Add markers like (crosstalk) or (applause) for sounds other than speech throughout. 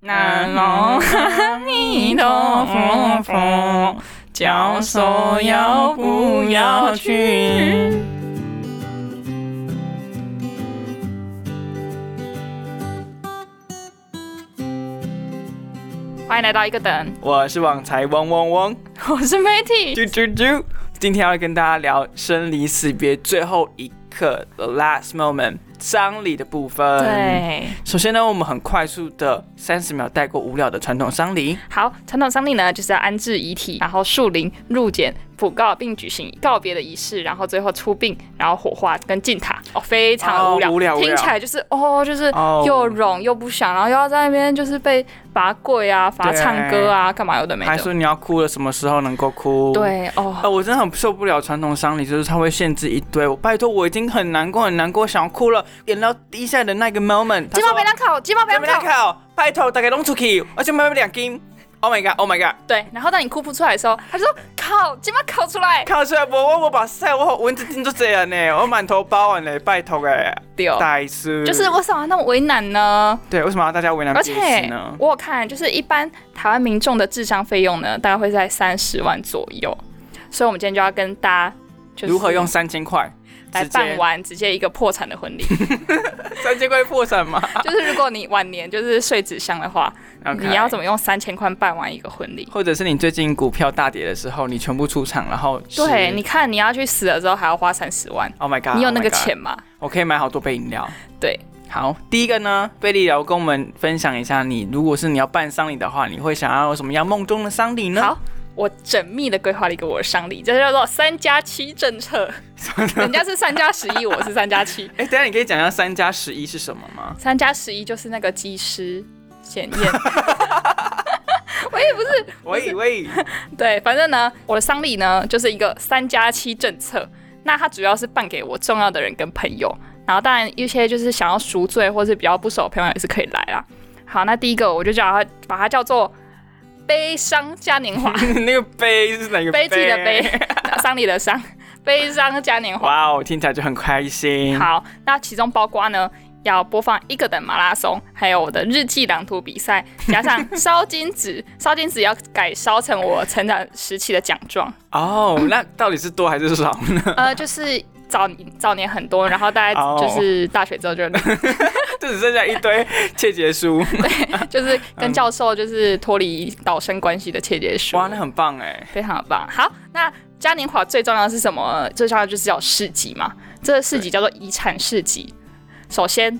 南无阿弥陀佛，教授要不要去？欢迎来到一个等，我是网才嗡嗡嗡，我是 Matty。啾啾啾！今天要跟大家聊生离死别最后一刻，the last moment，丧礼的部分。，对，首先呢，我们很快速的三十秒带过无聊的传统丧礼。好，传统丧礼呢，就是要安置遗体，然后树林、入殓、普告，并举行告别的仪式，然后最后出殡，然后火化跟进塔。哦，非常哦无聊，无聊无聊听起来就是哦，就是哦又冗又不想，然后又要在那边就是被罚跪啊、罚唱歌啊，干嘛有的没还的。说你要哭了，什么时候能够哭？。对哦，呃，我真的很受不了传统丧礼，就是他会限制一堆。我拜托，我已经很难过，很难过，想要哭了，眼泪要滴下来的那个 moment，他鸡说毛别当考，鸡毛别不要当考。考，拜托大家拢出去，而且买两斤。Oh my god, Oh my god，对，然后当你哭不出来的时候，他就说考，鸡毛考出来。看出来不？我我把塞，我蚊子叮就这样呢，我满头包完嘞，拜托哎，丢，大师。就是为什么要那么为难呢？对，为什么要大家为难而彼此且呢？我有看，就是一般台湾民众的智商费用呢，大概会在三十万左右，所以我们今天就要跟大家就是如何用三千块来直办接完直接一个破产的 (laughs) 婚礼，三千块破产吗？ (laughs) 就是如果你晚年就是睡纸箱的话 OK 你要怎么用三千块办完一个婚礼？或者是你最近股票大跌的时候，你全部出场，然后是对，你看你要去死了之后还要花三十万， ，Oh my god，你有那 Oh 个 my god 钱吗？我可以买好多杯饮料。对，好，第一个呢，贝利聊跟我们分享一下你，如果是你要办丧礼的话，你会想要有什么样梦中的丧礼呢？好，我缜密的规划了一个我的丧礼，这叫做三加七政策。 (laughs) 人家是三加十一，我是三加七。哎、等一下你可以讲一下三加十一是什么吗？三加十一就是那个机师检验。我也不是喂喂，对，反正呢，我的丧礼呢就是一个三加七政策。那它主要是办给我重要的人跟朋友，然后当然一些就是想要赎罪或是比较不熟的朋友也是可以来啦。好，那第一个我就叫它把它叫做悲伤嘉年华， (laughs) 那个杯是哪个悲泣的 (laughs) 悲，丧礼的丧，悲伤嘉年华。哇哦，听起来就很开心。好，那其中包括呢，要播放一个等马拉松，还有我的日记朗读比赛，加上烧金纸，烧金纸要改烧成我成长时期的奖状，哦那到底是多还是少呢？呃，就是。早早年很多，然后大概哦就是大学之后就、 (laughs) 就只剩下一堆切结书。 (laughs) 就是跟教授就是脱离导生关系的切结书，哇，那很棒哎。非常棒。好，那嘉年华最重要的是什么？最重要就是叫市集嘛。这个市集叫做遗产市集。首先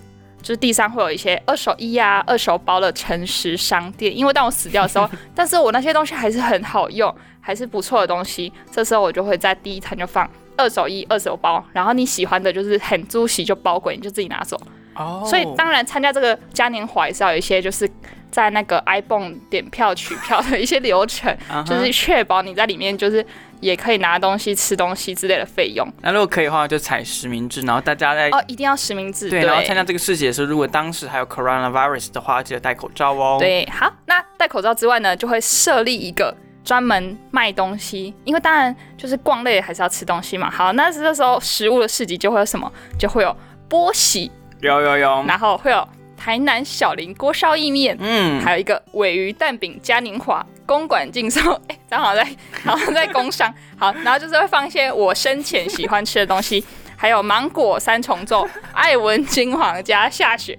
就是地上会有一些二手衣啊、二手包的诚实商店，因为当我死掉的时 (laughs) 候，但是我那些东西还是很好用，还是不错的东西。这时候我就会在第一摊就放。二手衣、二手包，然后你喜欢的就是很租喜就包鬼，你就自己拿走。哦所以当然参加这个嘉年华也是要有一些就是在那个 iPhone 点票取票的一些流程，啊哈就是确保你在里面就是也可以拿东西、吃东西之类的费用那如果可以的话，就采实名制，然后大家在。哦，一定要实名制。对，然后参加这个世界的时候，如果当时还有 coronavirus 的话，记得戴口罩哦。，对，好，那戴口罩之外呢，就会设立一个专门卖东西，因为当然就是逛累了还是要吃东西嘛。好，那这时候食物的市集就会有什么？就会有波喜，有有有，然后会有台南小林锅烧意面，嗯，还有一个尾鱼蛋饼嘉年华公馆竞售， (laughs) 哎、正好像在好像在工商，好，然后就是会放一些我生前喜欢吃的东西，还有芒果三重 (laughs) 奏、爱文金黄加下雪，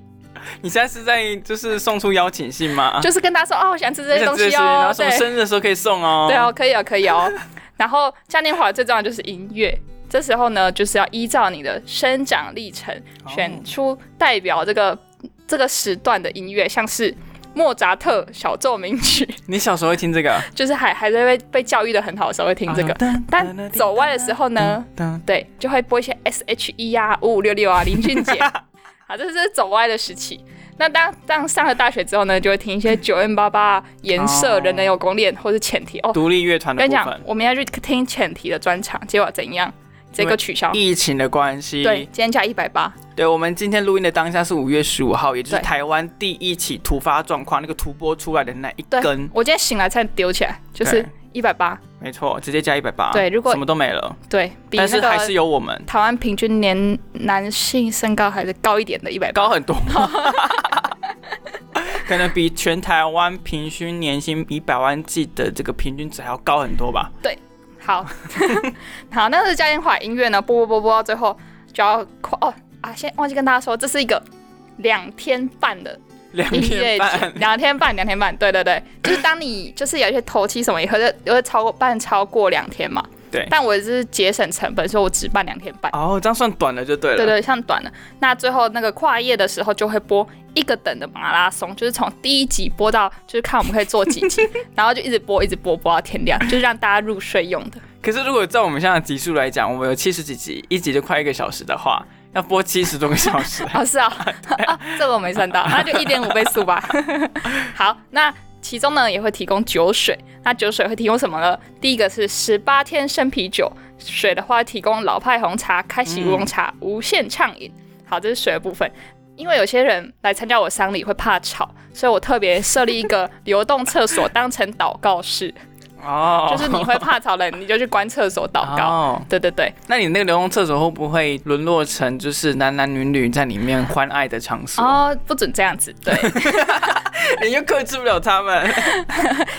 你现在是在就是送出邀请信吗？就是跟他说哦，我喜欢吃这我些想东这西些然哦后，什么对生日的时候可以送哦。对哦，，可以哦，可以哦。然后嘉年华最重要的就是音乐。这时候呢，就是要依照你的生长历程，哦选出代表这个这个时段的音乐，像是莫扎特小奏鸣曲，你小时候会听这个？就是还还在被被教育的很好的时候会听这个。啊但走歪的时候呢，当对，就会播一些 S H E 啊、五五六六啊、林俊 (laughs) 杰啊，这是走歪的时期。那当当上了大学之后呢，就会听一些九 N 八八、颜色、哦人人有功练或是前提哦。独立乐团的跟你部讲分，，我们要去听前提的专场，结果怎样？这个取消。疫情的关系，哦对，今天加一百八，对，我们今天录音的当下是五月十五号，也就是对台湾第一起突发状况，那个突波出来的那一对根，我今天醒来才丢起来，就是一百八，没错，直接加一百八，对如果什么都没了，对比但那是还是个有我们台湾平均年 (laughs) 男性身高还是高一点的一百八，高很多，可 (laughs) 可能比全台湾平均年薪一百万计的这个平均值还要高很多吧。好 (laughs) 好，那是嘉年华音乐呢，播播播播到最后就要快哦啊！先忘记跟大家说，这是一个两天半 (laughs) 的两音年乐节半，，两天半，两天半，对对对，就是当你就是有一些头期什么，也会也会超过办超过两天嘛。对但我是节省成本，所以我只办两天半。哦，这样算短了就对了。对对，像短的。那最后那个跨夜的时候，就会播一个等的马拉松，就是从第一集播到，就是看我们可以做几 (laughs) 集，然后就一直播，一直播，播到天亮，就是让大家入睡用的。。可是如果照我们现在的集数来讲，我们有七十几集，一集就快一个小时的话，要播七十多个小时 (laughs) 哦，是啊，啊，这个我没算 (laughs) 到，那就一点五倍速吧。 (laughs) 好，那其中呢也会提供酒水，那酒水会提供什么呢？第一个是十八天生啤酒，水的话提供老派红茶、开喜乌龙茶、无限畅饮。好，这是水的部分。因为有些人来参加我丧礼会怕吵，所以我特别设立一个流动厕所当成祷告室，哦，就是你会怕吵的人，你就去关厕所祷 (laughs) 告。哦，对对对，那你那个流动厕所会不会沦落成就是男男女女在里面欢爱的场所？哦，不准这样子， (laughs) 对， (laughs) 你又克制不了他们。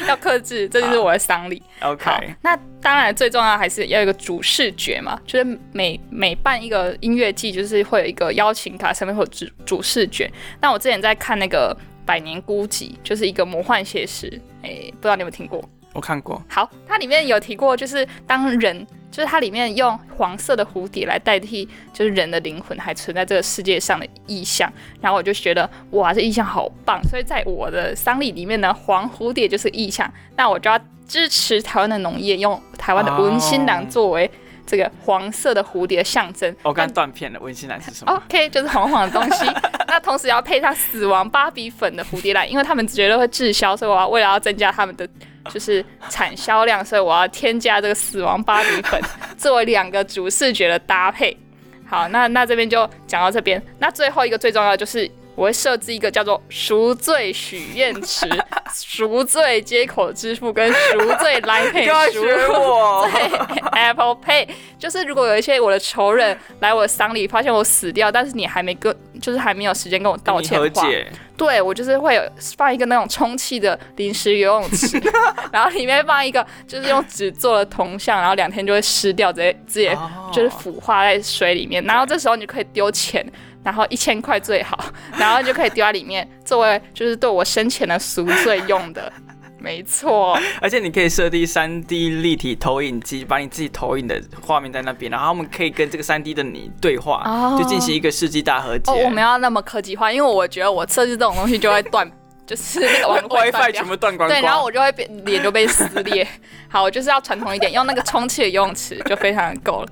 要克制，这就是我的丧礼。 (laughs) 好 OK，，那当然最重要还是要有一个主视觉嘛，就是每每办一个音乐季，就是会有一个邀请卡，上面会有主主视觉。那我之前在看那个《百年孤寂》，就是一个魔幻写实，哎、不知道你有没有听过？我看过。好，它里面有提过，就是当人，就是它里面用黄色的蝴蝶来代替，就是人的灵魂还存在这个世界上的意象。然后我就觉得，哇，这意象好棒！所以在我的丧礼里面呢，黄蝴蝶就是意象，那我就要支持台湾的农业，用台湾的文心郎哦作为这个黄色的蝴蝶象征。我刚断片了，温馨男是什么？ OK，就是黄黄的东 (laughs) 西。那同时也要配上死亡芭比粉的蝴蝶兰，因为他们觉得会滞销，所以我要为了要增加他们的就是产销量，所以我要添加这个死亡芭比 (laughs) 粉作为两个主视觉的搭配。好，那那这边就讲到这边。那最后一个最重要的就是我会设置一个叫做“赎罪许愿池”、“赎罪接口支付”跟“赎罪来 (laughs) 你配又要”、“赎学我哎 Apple Pay，就是如果有一些我的仇人来我的丧礼，发现我死掉，但是你还没跟，就是还没有时间跟我道你歉和的话，解，对我就是会有放一个那种充气的临时游泳 (laughs) 池，然后里面放一个就是用纸做的铜像，然后两天就会湿掉，直接直接哦就是腐化在水里面，然后这时候你就可以丢钱。然后一千块最好， (laughs) 然后就可以丢在里面，作为就是对我生前的赎罪用的，没错。而且你可以设定三 D 立体投影机，把你自己投影的画面在那边，然后我们可以跟这个三 D 的你对话，哦就进行一个世纪大和解。哦，我们要那么科技化，因为我觉得我设置这种东西就会 (laughs) 断，就是那个网络会 WiFi 断掉全。部断光光。对，然后我就会被脸就被撕裂。好，我就是要传统一点，用那个充气的游泳池就非常够了。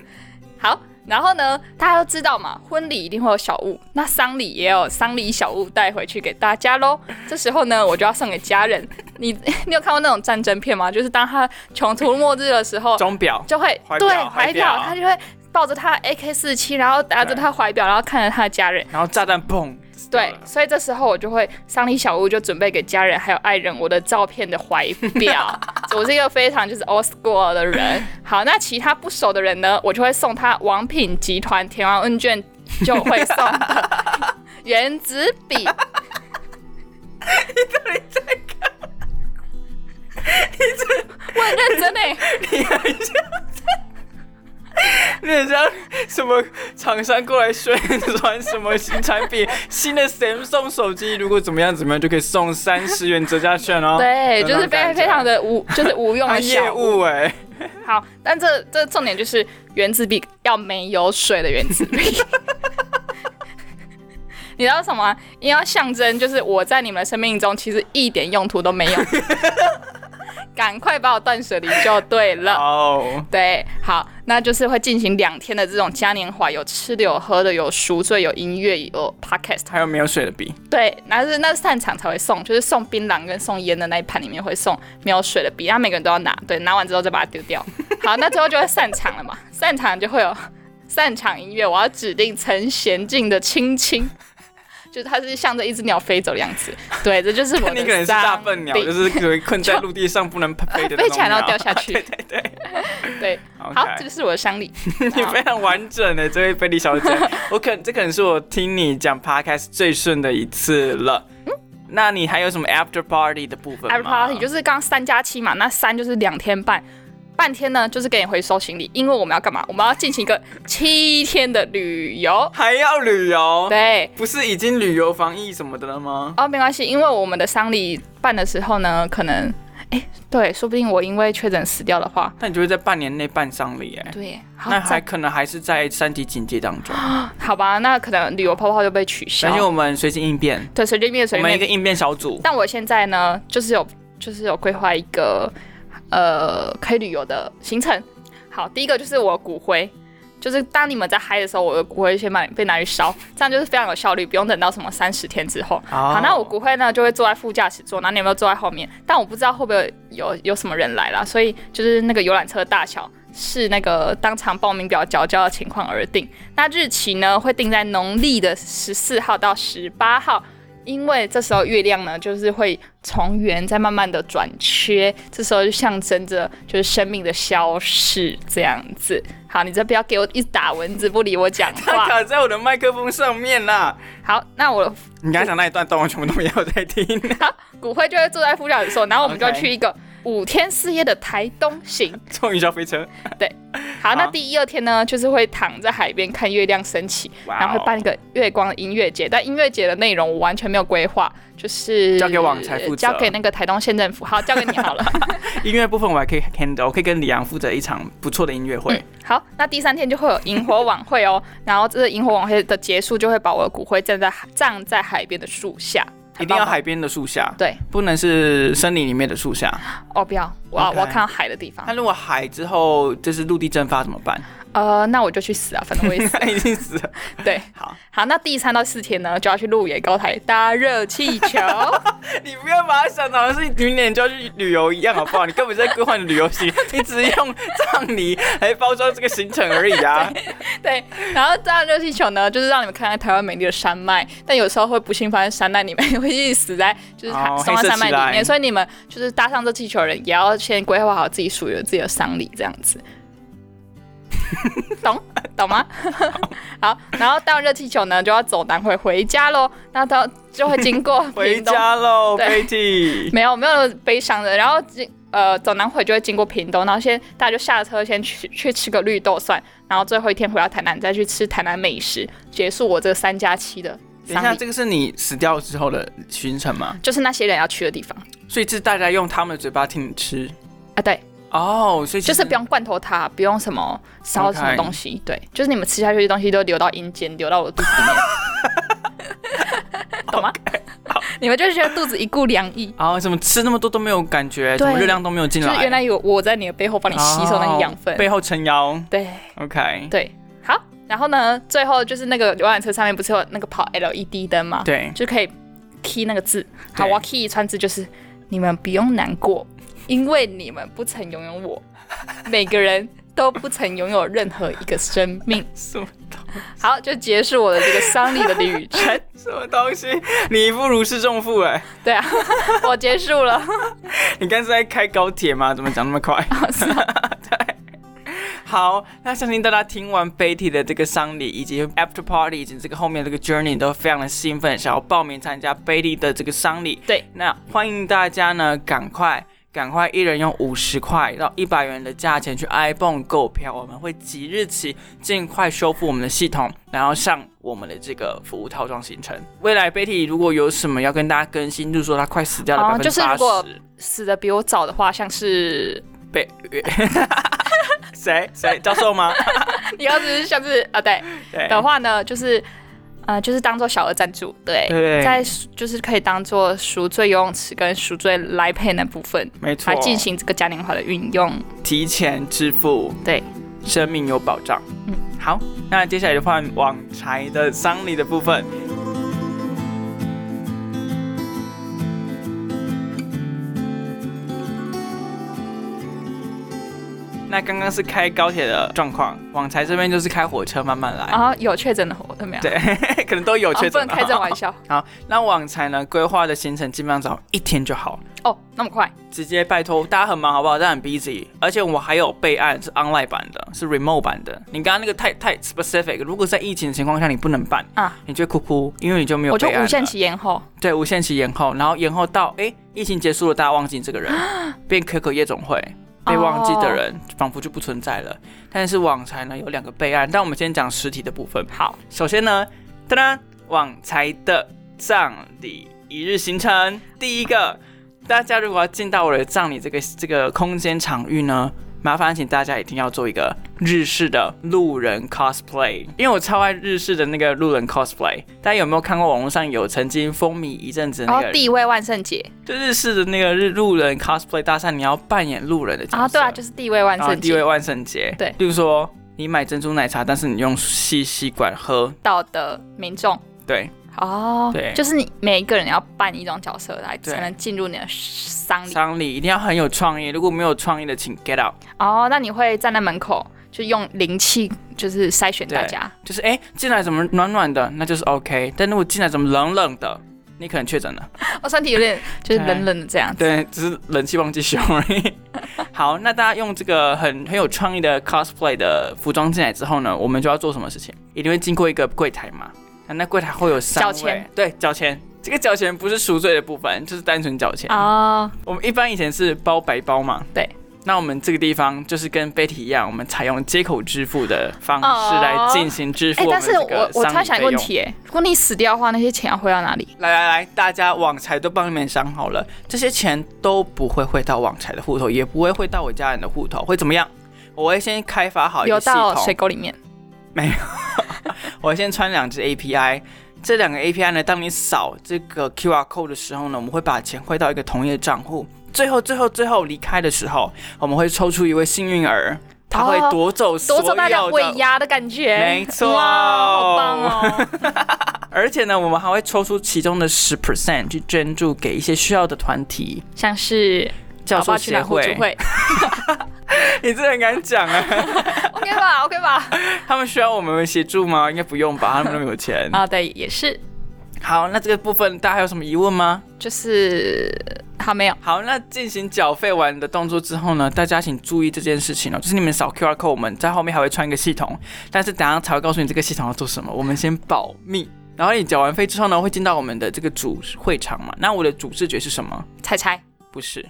好，然后呢，大家都知道嘛，婚礼一定会有小物，那丧礼也有丧礼小物带回去给大家 (laughs) 喽。这时候呢，我就要送给家人。你 (laughs) 你有看过那种战争片吗？就是当他穷途末日的时候，钟表，就会怀表对怀怀表表，他就会抱着他的 AK 四七，然后拿着他的怀表，然后看着他的家人。然后炸 (laughs) 弹砰。对，所以这时候我就会丧礼小屋就准备给家人还有爱人我的照片的怀表。我是一个非常就是 old school 的人。好，那其他不熟的人呢，我就会送他王品集团填完问卷就会送的原子笔。你到底在干嘛？你这我很认真哎、你很像什么厂商过来宣传什么新产 (laughs) 品，新的 Samsung 手机如果怎么样怎么样就可以送三十元折价券哦。对，就是非常非常的的无，就是无用的业小物。务哎、 (laughs) 好，但这这重点就是原子笔要没有水的原子笔。 (laughs) 你知道什么啊？因为要象征，就是我在你们的生命中其实一点用途都没有。 (laughs) 赶快把我断舍离就对了。哦，对，好，那就是会进行两天的这种嘉年华，有吃的，有喝的，有赎罪，有音乐，有 podcast。还有没有水的笔？对，那是那是散场才会送，就是送槟榔跟送烟的那一盘里面会送没有水的笔，然后每个人都要拿，对，拿完之后再把它丢 (laughs) 掉。好，那最后就会散场了嘛，散场就会有散场音乐，我要指定陈娴静的《亲亲》。就是它是向着一只鸟飞走的样子，对，这就是我的。 (laughs) 那你可能是大笨鸟，就是可能困在陆地上 (laughs) 不能飞的那种飞起来然后鸟掉下去。 (laughs) 对对对，对， OK 好，这就是我的丧礼。 (laughs) 你非常完整欸的这位贝 (laughs) 利小姐，我可这可能是我听你讲 podcast 最顺的一次了。那你还有什么 after party 的部分嗯 After Party 就是是刚三加七嘛，那三就是两天半，半天呢就是给你回收行李，因为我们要干嘛？我们要进行一个七天的旅游。还要旅游，对，不是已经旅游防疫什么的了吗？哦，没关系，因为我们的丧礼办的时候呢，可能，哎、对，说不定我因为确诊死掉的话，那你就会在半年内办丧礼哎，对，好那，还再可能还是在三级警戒当中，好吧，那可能旅游泡泡就被取但是消。我们随机应变，对，随便面我随们一便个面。应变小组，但我现在呢，就是有就是有规划一个呃可以旅游的行程。好，第一个就是我的骨灰，就是当你们在嗨的时候，我的骨灰先把被拿去烧，这样就是非常有效率，不用等到什么三十天之后。好好，那我骨灰呢就会坐在副驾驶座，然后你有没有坐在后面？但我不知道会不会有有什么人来啦，所以就是那个游览车的大小是那个当场报名表缴交的情况而定。那日期呢会定在农历的十四号到十八号，因为这时候月亮呢就是会从圆再慢慢的转缺，这时候就象征着就是生命的消逝这样子。好，你这不要给我一直打蚊子不理我讲 (laughs) 它话。卡在我的麦克风上面啦。好，那我的你刚才讲那一段，但我全部都没有 (laughs) 在听。骨灰就会坐在副驾驶座，然后我们就 OK 去一个五天四夜的台东行。终于消费车，好，那好第一二天呢，就是会躺在海边看月亮升起，哇哦然后会办一个月光音乐节。但音乐节的内容我完全没有规划，就是交给网才负责交给那个台东县政府。好，交给你 (laughs) 好了。音乐部分我还可以 handle，我可以跟李阳负责一场不错的音乐会。好，那第三天就会有萤火晚会哦，然后这个萤火晚会的结束就会把我的骨灰站在海葬在海边的树下，一定很要棒吧海边的树下，对不能是森林里面的树下。哦，不要，我要 OK 我要看到海的地方那。如果海之后就是陆地蒸发怎么办？呃，那我就去死啊，反正 (laughs) 我也死。已经死了。对，好，好，那第三到四天呢，就要去鹿野高台搭热气 (laughs) 球。你不要把它想的好像是明年就要去旅游一样，好不好？你根本就在规划你的旅游行，你只是用葬礼来包装这个行程而已啊。 (laughs) 对，然后搭热气球呢，就是让你们看看台湾美丽的山脉，但有时候会不幸发现山难，你们会一直死在就是海哦松黑花色山脉起来里面，所以你们就是搭上这气球的人，也要先规划好自己属于自己的丧礼，这样子。懂懂吗？ (laughs) 好，然后搭完热气球呢，就要走南回回家喽。那到就会经过 (laughs) 回屏东家喽 (laughs) 对，Betty。没有没有悲伤的，然后经呃走南回就会经过屏东，然后先大家就下车先去去吃个绿豆蒜，然后最后一天回到台南再去吃台南美食，结束我这个三加七的等一丧下，礼，这个是你死掉之后的行程吗？就是那些人要去的地方所以是大家用他们的嘴巴听你吃啊，对，哦，所以其就实是不用罐头它，不用什么烧什么 OK 东西对，就是你们吃下去的东西都流到阴间，流到我肚子里面， (laughs) 懂 (laughs) 吗你们就是觉得肚子一顾凉意。啊、怎么吃那么多都没有感觉，怎对么热量都没有进就来？是原来有我在你的背后帮你吸收那个养分哦，背后撑腰。对， OK，对，好，然后呢，最后就是那个游览车上面不是有那个跑 LED 灯吗？， (laughs) 对，就可以 key 那个字。好，对我要 key 一串字就是你们不用难过，因为你们不曾拥有我， (laughs) 每个人都不曾拥有任何一个生 (laughs) 命。什么好，就结束我的这个丧礼的旅程。 (laughs) 什么东西？你一副如释重负哎！对啊，我结束了。 (laughs) 你刚才在开高铁吗？怎么讲那么快？是啊 (laughs) 好，那相信大家听完 Betty 的这个丧礼，以及 After Party，以及这个后面这个 Journey，都非常的兴奋，想要报名参加 Betty 的这个丧礼。对，那欢迎大家呢，赶快。赶快一人用五十块到一百元的价钱去 iPhone 购票，我们会即日起尽快修复我们的系统，然后上我们的这个服务套装行程。未来 Betty 如果有什么要跟大家更新，就是说她快死掉了百哦分之就是如八果十，死的比我早的话，像是被 (laughs) 谁谁教授 (laughs) 吗？你要是像是啊，对，对，的话呢，就是呃，就是当做小额赞助，对，对在赎就是可以当做赎罪游泳池跟赎罪来配那部分没错来，进行这个嘉年华的运用，提前支付，对，生命有保障。嗯嗯，好，那接下来就换网柴的丧礼的部分。那刚刚是开高铁的状况，网才这边就是开火车慢慢来。然后有确诊的活的没有？对， (laughs) 可能都有哦，确不诊、啊能开这玩笑。笑好，那网才呢规划的行程基本上只要一天就好，哦，那么快直接拜托大家很忙好不好？大家很 busy，而且我还有备案是 online 版的，是 remote 版的。你刚刚那个太太 specific，如果在疫情的情况下你不能办，啊！你就会哭哭，因为你就没有我就备案了无限期延后，对，无限期延后，然后延后到哎、诶疫情结束了，大家忘记这 (gasps) 个人，变可可夜总会，被忘记哦的人仿佛就不存在了。但是网才呢有两个备案，但我们先讲实体的部分。好，首先呢，当当，网才的葬礼一日行程，第一个，大家如果要进到我的葬礼这个这个空间场域呢，麻烦请大家一定要做一个日式的路人 cosplay，因为我超爱日式的那个路人 cosplay。大家有没有看过网络上有曾经风靡一阵子的然那后个，哦第一位万圣节就日式的那个日路人 cosplay 大赛，你要扮演路人的角色。啊，对啊，就是第一位万然后圣第啊一位节万圣节，对例如说你买珍珠奶茶，但是你用吸吸管喝，到的民众。对哦，对就是你每一个人要扮一种角色来对才能进入你的丧礼。丧礼一定要很有创意，如果没有创意的，请 get out。哦，那你会站在门口就用灵气，就是筛选大家。就是哎，诶进来怎么暖暖的，那就是 OK。但如果进来怎么冷冷的，你可能确诊了。我、哦身体有点就是对冷冷的这样子。对，只是冷气忘记修而 (laughs) 已。好，那大家用这个很很有创意的 cosplay 的服装进来之后呢，我们就要做什么事情？一定会经过一个柜台嘛。那那柜台会有三缴位钱，对，缴钱。这个缴钱不是赎罪的部分，就是单纯缴钱。哦，我们一般以前是包白包嘛，对。那我们这个地方就是跟 Betty 一样，我们采用接口支付的方式哦来进行支付哎、我们但这是个丧礼费用。我我突然想一个问题，哎，如果你死掉的话，那些钱要汇到哪里？来来来，大家网财都帮你们想好了，这些钱都不会汇到网财的户头，也不会汇到我家人的户头，会怎么样？我会先开发哦好一流个系到水统，沟里面。我会先穿两只 API，这两个 API 呢，当你扫这个 QR code 的时候呢，我们会把钱汇到一个同业账户。最后，最后，最后离开的时候，我们会抽出一位幸运儿，他会哦夺走所夺有的走那两尾牙的感觉，没错哇，好棒 (laughs) 哦！而且呢，我们还会抽出其中的十 percent 去捐助给一些需要的团体。像是教宝授宝去协哪互助会，会 (laughs) 你真的很敢讲啊！ ，OK (laughs) 吧？OK 吧？他们需要我们协助吗？应该不用吧，他们那么有钱。 (laughs) 啊，对，也是，好，那这个部分大家还有什么疑问吗？就是好没有。好，那进行缴费完的动作之后呢，大家请注意这件事情哦，就是你们扫 QR code，我们在后面还会穿一个系统，但是等一下才会告诉你这个系统要做什么，我们先保密。然后你缴完费之后呢，会进到我们的这个主会场嘛？那我的主视觉是什么？猜猜，不是，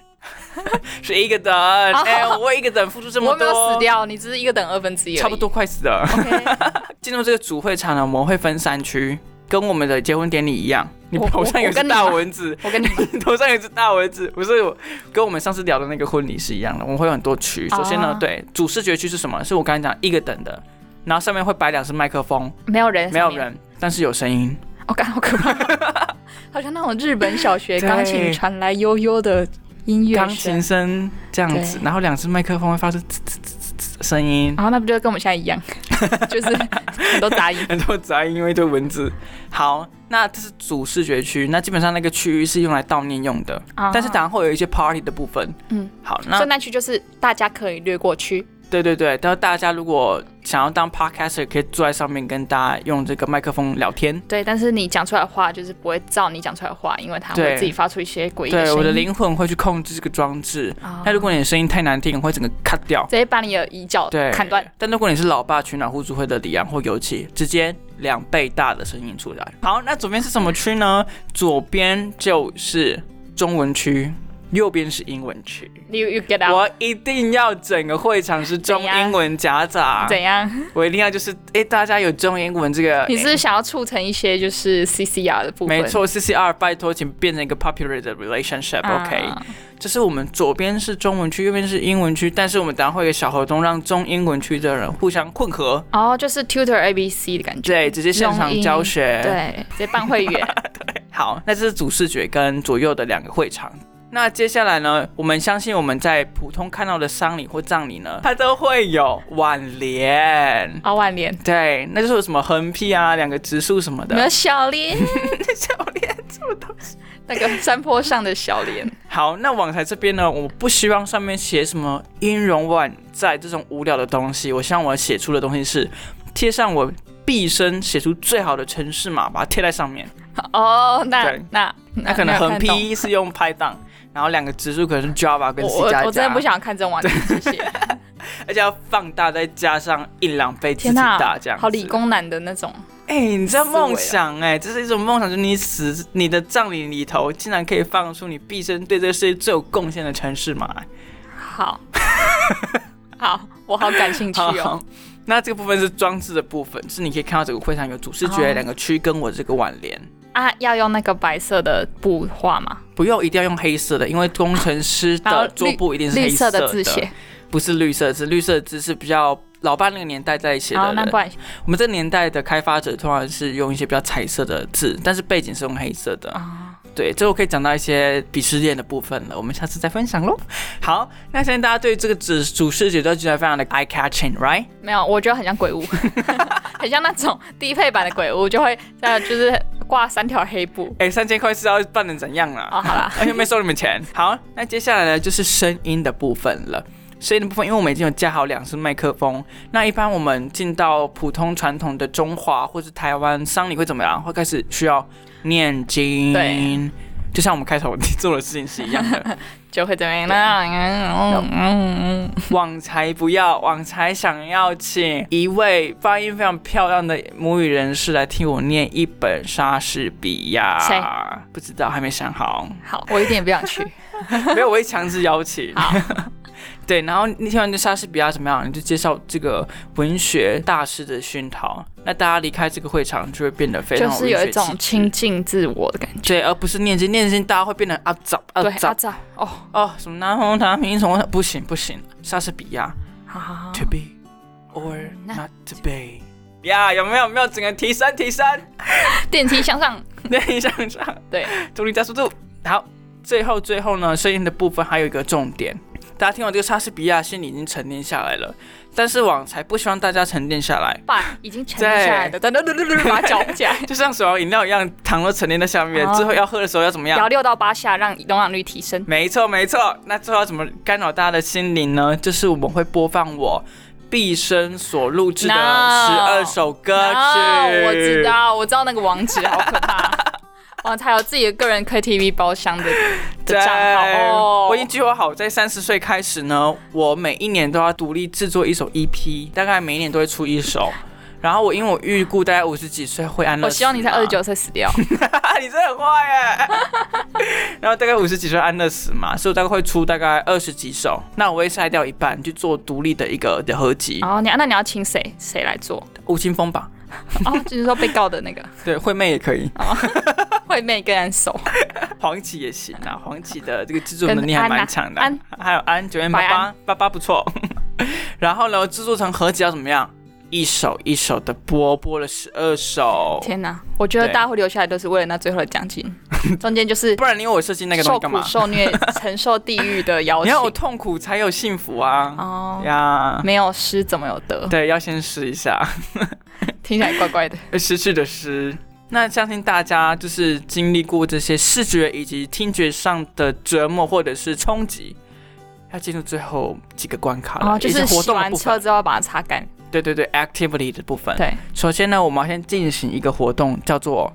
是一 (laughs) 个人。哎、我为一个人付出这么哦我没多，有死掉，你只是一个等二分之一，差不。多快死了。 OK， (laughs) 进入这个主会场呢，我们会分三区，跟我们的结婚典礼一样。你头上有一只大蚊子，我跟你你 (laughs) 头上有一只大蚊子，不是我跟我们上次聊的那个婚礼是一样的。我们会有很多区，首先呢啊，对，主视觉区是什么？是我刚才讲一个等的，然后上面会摆两只麦克风，没有人， (laughs) 没有，人，但是有声音。我感好可怕， (laughs) 好像那种日本小学对钢琴传来悠悠的音乐钢声琴，声这样子，对然后两只麦克风会发出吱吱吱吱吱声音，然后那不就跟我们现在一样， (laughs) 就是很多杂音。很多杂音，因为这蚊子。好，那这是主视觉区，那基本上那个区域是用来悼念用的，啊 (laughs) 但是当然会有一些 party 的部分。嗯，好，所那以那区就是大家可以略过去，对对对，但是大家如果想要当 podcaster，可以坐在上面跟大家用这个麦克风聊天。对，但是你讲出来的话就是不会照你讲出来的话，因为它对会自己发出一些诡异的声对，音。我的灵魂会去控制这个装置。啊，那如果你的声音太难听，会整个 cut 掉。直接把你的椅脚对，哦砍断。。但如果你是老爸取暖互助会的李阳或尤其，直接两倍大的声音出来。好，那左边是什么区呢？左边就是中文区，右边是英文区。 You you get out？我一定要整个会场是中怎样英文夹杂，怎样？ (laughs) 我一定要就是，哎、大家有中英文这个，你是诶想要促成一些就是 CCR 的部分？没错，C C R，拜托，请变成一个 popular 的 relationship，OK？、啊就是我们左边是中文区，右边是英文区，但是我们等下会有个小活动，让中英文区的人互相混合，哦，就是 Tutor ABC 的感觉，对，直接现场用英教学，对，直接办会员， (laughs) 好，那这是主视觉跟左右的两个会场。那接下来呢，我们相信我们在普通看到的丧礼或葬礼呢，它都会有挽联。啊，万联，对，那就是有什么横批啊，两个直树什么没 (laughs) (laughs) 的有。小林，笑脸，那个山坡上的小莲，好，那网台这边呢，我不希望上面写什么音容宛在这种无聊的东西，我希望我写出的东西是贴上我毕生写出最好的城市码，把它贴在上面。哦，那对那那可能横没有看懂 P 是用 Python，然后两个指数可能是 Java 跟我 C 加我我真的加不，想看 (laughs) 这种网站，谢谢。而且要放大再加上一两倍自天己哪大这样，好理。工男的那种，哎、你知道思维啊梦想哎、这是一种梦想，就是你死你的葬礼里头，竟然可以放出你毕生对这个世界最有贡献的城市码、哎 (laughs) 好，好，我好感兴趣哦。好，那这个部分是装置的部分，是你可以看到整个会场有主视觉、哦两个区跟我这个挽联。啊，要用那个白色的布画吗？不用，一定要用黑色的，因为工程师然后的绿桌布一定是黑绿色的的字写。不是绿色字，绿色字是比较老爸那个年代在写好，的那人不。然我们这个年代的开发者通常是用一些比较彩色的字，但是背景是用黑色的。啊，对，这我可以讲到一些鄙视链的部分了，我们下次再分享喽。好，那现在大家对这个主主视觉都觉得非常的 eye catching，right？没有，我觉得很像鬼 (laughs) 屋， (laughs) 很像那种低配版的鬼屋，就会在就是挂三条黑布。哎，三千块是要办成怎样啦？哦，好 (laughs) 啦，而且没收你们钱。 (laughs) 好，那接下来呢就是声音的部分了。声音的部分，因为我们已经有架好两只麦克风，那一般我们进到普通传统的中华或是台湾丧礼会怎么样？会开始需要念经，对，就像我们开头 (laughs) 做的事情是一样的。就会怎么样？嗯嗯嗯，网才不要，网才想要请一位发音非常漂亮的母语人士来替我念一本莎士比亚。谁？不知道，还没想好。好，我一点也不想去。 (laughs) 没有，我会强制邀请。好 (laughs) 对，然后那天完就莎士比亚怎么样，你就介绍这个文学大师的熏陶，那大家离开这个会场就会变得 (laughs) 非常就是有一文学种气质亲近自我的感觉。对，而不是念经，念经大家会变得啊早啊对，早阿照哦，哦，什么南红南平什么不行不行，莎士比亚、好好好 to be or 那 not to be 呀有没有有没有整个提升提升，电梯向上， (laughs) 对，向上。对，助力加速度。好，最后最后呢，声音的部分还有一个重点，大家听完这个莎士比亚，心里已经沉淀下来了。但是网才不希望大家沉淀下来，爸已经沉下来的，噔噔噔噔噔， (laughs) 把它搅起来， (laughs) 就像所有饮料一样，糖都沉淀在下面，哦最后要喝的时候要怎么样摇？六到八下，让容量率提升。没错没错，那最后要怎么干扰大家的心灵呢？就是我们会播放我毕生所录制的十 No 二首歌曲。啊，我知。道，我知道那个网址，好可 (laughs) 怕。哇，他有自己的个人 KTV 包厢的的对，账号哦，我已经计划好，在三十岁开始呢，我每一年都要独立制作一首 EP，大概每一年都会出一首。然后我因为我预估大概五十几岁会安乐我死嘛，希望你在啊二十 (laughs) 九岁死掉。你真的很坏耶。 (laughs) 然后大概五十几岁安乐死嘛，所以我大概会出大概二十几首，那我会筛掉一半去做独立的一个的合集，哦，你那你要请谁谁来做？吴青峰吧，哦，就是说被告的 (laughs) 那个对，惠妹也可以，惠妹跟人手，黄芪也行啊，黄芪的这个制作能力跟还安啊蛮强的啊安，还有安九零八白八安八八不错。 (laughs) 然后呢，制作成合集要怎么样？一首一首的播，播了十二首，天哪！我觉得对大家会留下来都是为了那最后的奖金， (laughs) 中间就是不然你要我设啊计那个东受西干苦嘛？受虐、承受地狱 (laughs) 的邀你请。要有痛苦才有幸福啊！哦，呀，没有失怎么有得？对，要先试一下。听起来怪怪的。失去的失。那相信大家就是经历过这些视觉以及听觉上的折磨或者是冲击，要进入最后几个关卡了，哦，就也是活洗动的完部分嗯车。之后把它擦干。对对对，activity 的部分。对，首先呢，我们要先进行一个活动，叫做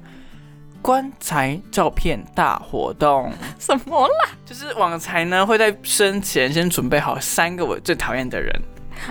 棺材照片大活 (laughs) 动。什么啦？就是网才呢会在生前先准备好三个我最讨厌的人，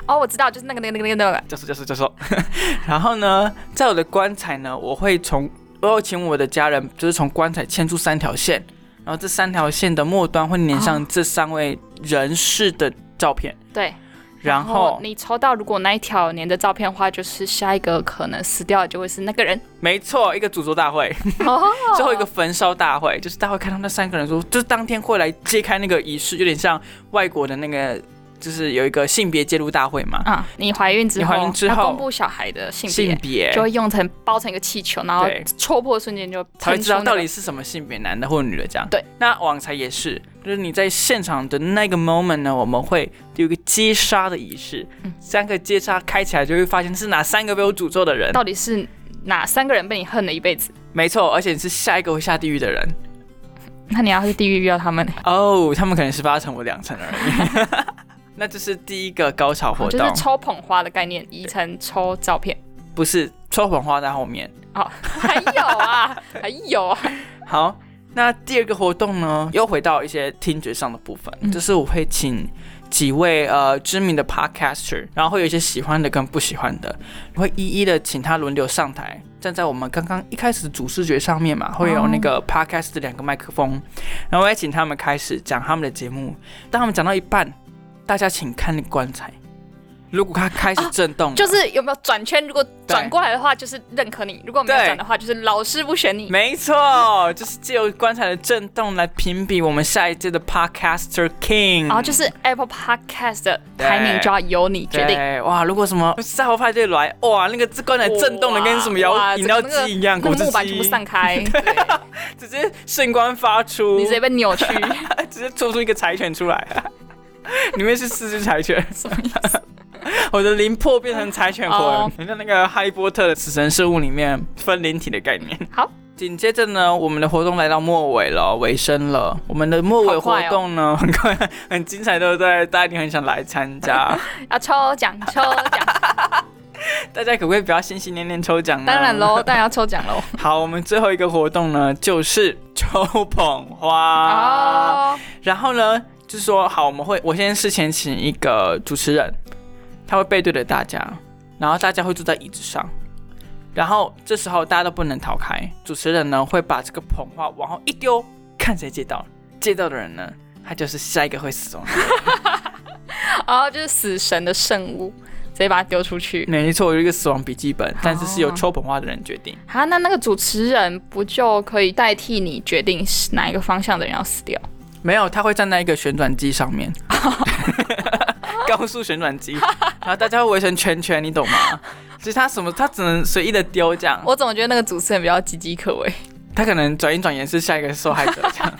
哦，我知道，就是那个那个那个那个那个。教授教授教授。 (laughs) 然后呢，在我的棺材呢，我会从我有请我的家人，就是从棺材牵出三条线，然后这三条线的末端会粘上这三位人士的照片，对，然后你抽到，如果那一条粘的照片的话，就是下一个可能死掉的就会是那个人。没错，一个诅咒大会。 (laughs) 哦，最后一个焚烧大会，就是大会看到那三个人说，就是当天会来揭开那个仪式，有点像外国的那个，就是有一个性别揭露大会嘛，啊，你怀孕之后，你怀孕之后要公布小孩的性性别，别就会用成包成一个气球，然后对戳破瞬间就才会喷知道出那到个底是什么性别，男的或女的这样。对，那网才也是，就是你在现场的那个 moment 呢，我们会有一个接杀的仪式，嗯三个接嗯杀开起来就会发现是哪三个被我诅咒的人。到底是哪三个人被你恨了一辈子？ (laughs) 没错，而且你是下一个会下地狱的人那你要是地狱遇到他们，哦。他们可能是八成我两成而已。 (laughs) 那这是第一个高潮活啊就是动，抽捧花的概念，遗产抽照片。不是抽捧花在后面。哦， (laughs) 还有啊，还有啊，好，那第二个活动呢，又回到一些听觉上的部分，嗯就是我会请几位呃知名的 podcaster，然后会有一些喜欢的跟不喜欢的，会一一的请他轮流上台，站在我们刚刚一开始的主视觉上面嘛，会有那个 podcast 的两个麦克风，然后我也请他们开始讲他们的节目，当他们讲到一半，大家请看那个棺材。如果它开始啊 (laughs) 震动了、就是有没有转圈？如果转过来的话，就是认可你；如果没有对转的话，就是老师不选你。 (laughs) 没错，就是借由棺材的震动来评比我们下一届的 Podcaster King。然哦后就是 Apple Podcast 的嗯对排名就要由你决定。对，哇！如果什么赛后派对来，哇，那个这棺材震动的跟什么哇摇饮料机一样，那个果汁木板全部机散开，对直接圣光发出，你直接被扭曲，直接做出一个柴犬出来， (laughs) 里面是四只柴犬，什么意思？ (laughs) 我的灵魄变成柴犬魂哦，很像那个哈利波特的死神生物里面分灵体的概念。好，紧接着呢，我们的活动来到末尾了，尾声了。我们的末尾活动呢，很快很精彩，对不对？大家一定很想来参 (laughs) 加。要抽奖，抽奖，大家可不可以不要心心念念抽奖呢？当然。喽，当然要抽奖喽。好，我们最后一个活动呢，就是抽捧花。哦，然后呢，就说好，我们会，我先事前请一个主持人，他会背对着大家，然后大家会坐在椅子上，然后这时候大家都不能逃开，主持人呢会把这个捧花往后一丢，看谁接到，接到的人呢，他就是下一个会死亡的人。哦，就是死神的圣物，直接把它丢出去。没错，有一个死亡笔记本，但是是由抽捧花的人决定。啊，那那个主持人不就可以代替你决定是哪一个方向的人要死掉？没有，他会站在一个旋转机上面，高速旋转机，然后大家会围成圈圈，你懂吗？ (laughs) 所以他什么，他只能随意的丢这样。我怎么觉得那个主持人比较岌岌可危？他可能转眼转眼是下一个受害者。(laughs) 这样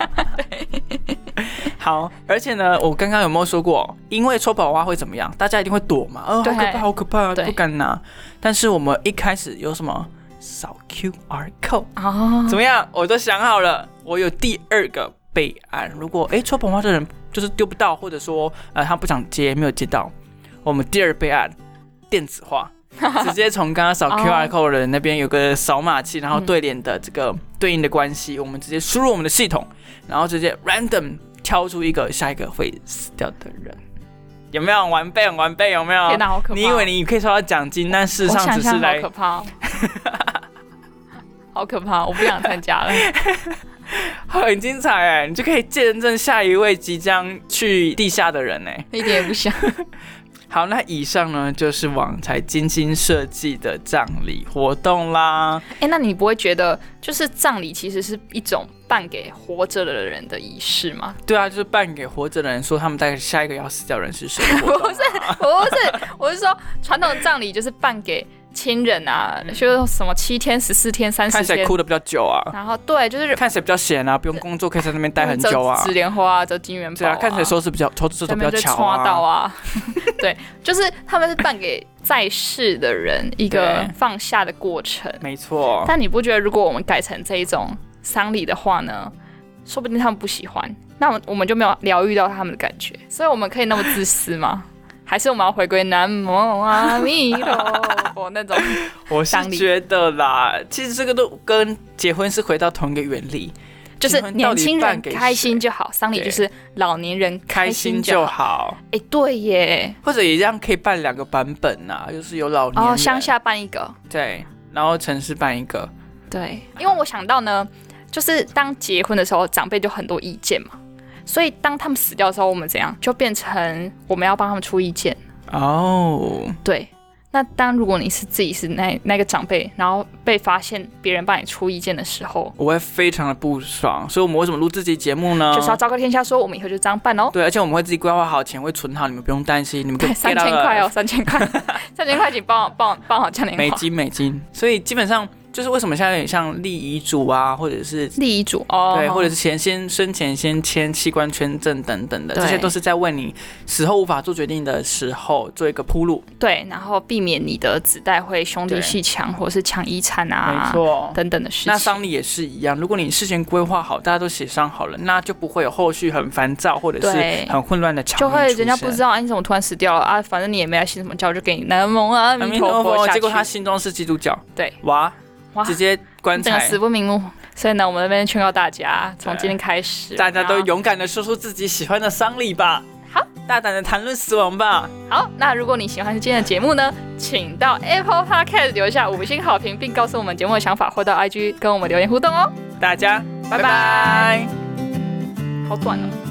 好，而且呢，我刚刚有没有说过，因为抽宝花会怎么样？大家一定会躲嘛，哦，好对可怕，好可怕，对不敢拿。但是我们一开始有什么扫 QR code，哦，怎么样？我都想好了，我有第二个备案。如果诶抽捧花的人就是丢不到，或者说呃他不想接，没有接到，我们第二备案电 (laughs) 子化，直接从刚刚扫哦 QR code 的人那边有个扫码器，然后嗯对联的这个对应的关系，我们直接输入我们的系统，然后直接 random 挑出一个下一个会死掉的人。有没有很完备？很完备有没有？天哪，好可怕！你以为你可以抽到奖金，但事实我上想只是象来好可怕、 (laughs) 哦，好可怕！我不想参 (laughs) 加了。很精彩哎，你就可以见证下一位即将去地下的人哎。一点也不想。好，那以上呢就是网才精心设计的葬礼活动啦。哎、那你不会觉得，就是葬礼其实是一种办给活着的人的仪式吗？对啊，就是办给活着的人说他们大概下一个要死掉的 (laughs) 人是谁的活不动。是，我不是，我是说，传统葬礼就是办给亲人啊，嗯就是什么七天、十四天、三看十谁天，哭的比较久啊，然后对，就是看谁比较闲啊，不用工作可以在那边待很久啊 (laughs) 折。紫莲花、折金元宝、对啊，看谁收拾比较抽抽他的比们较就巧戳到啊。啊， (laughs) 对，就是他们是办给在世的人一个对哦放下的过程。没错，但你不觉得，如果我们改成这一种丧礼的话呢，说不定他们不喜欢，那我们我们就没有疗愈到他们的感觉，所以我们可以那么自私吗？还是我们要回归南无阿弥陀佛 (laughs) 那种？我 (laughs) 是丧礼觉得啦，其实这个都跟结婚是回到同一个原理，就是结婚到年底轻人办给开谁心就好，丧礼就对是老年人开开心心就好。好。哎、对耶，或者也一样可以办两个版本呐、就是有老年人哦，乡下办一个，对，然后城市办一个，对，因为我想到呢，就是当结婚的时候，长辈就很多意见嘛，所以当他们死掉的时候，我们怎样就变成我们要帮他们出意见。哦，对，那当如果你是自己是那那个长辈，然后被发现别人帮你出意见的时候，我会非常的不爽，所以我们为什么录这期节目呢？就是要昭告天下说我们以后就这样办哦。对，而且我们会自己规划好，钱会存好，你们 (laughs) 不用担心，你们可以对，三 (laughs) 千块哦，。三千块，三千块，请帮我帮我帮我讲美电话。金美金，所以基本上就是为什么现在有点像立遗嘱啊，或者是立遗嘱哦，对，或者是前先生前先签器官捐赠等等的，对这些都是在为你死后无法做决定的时候做一个铺路。对，然后避免你的子代会兄弟对戏强，或者是抢遗产啊，错。等等的事情。那丧礼也是一样，如果你事先规划好，大家都协商好了，那就不会有后续很烦躁或者对是很混乱的场就面会出人家不现知道，哎、你怎么突然死掉了啊？反正你也没来信什么教，就给你南无阿阿弥弥陀陀佛佛，下去。哦结果他心中是基督教，对，哇，哇，直接棺整个材死，不瞑目。所以呢，我们那边劝告大家，从对今天开始，大家都然后勇敢的说出自己喜欢的丧礼吧，好，大胆的谈论死亡吧，好。那如果你喜欢今天的节目呢，请到 Apple Podcast 留下五星好评，并告诉我们节目的想法，或到 IG 跟我们留言互动哦。大家拜拜拜拜好短哦。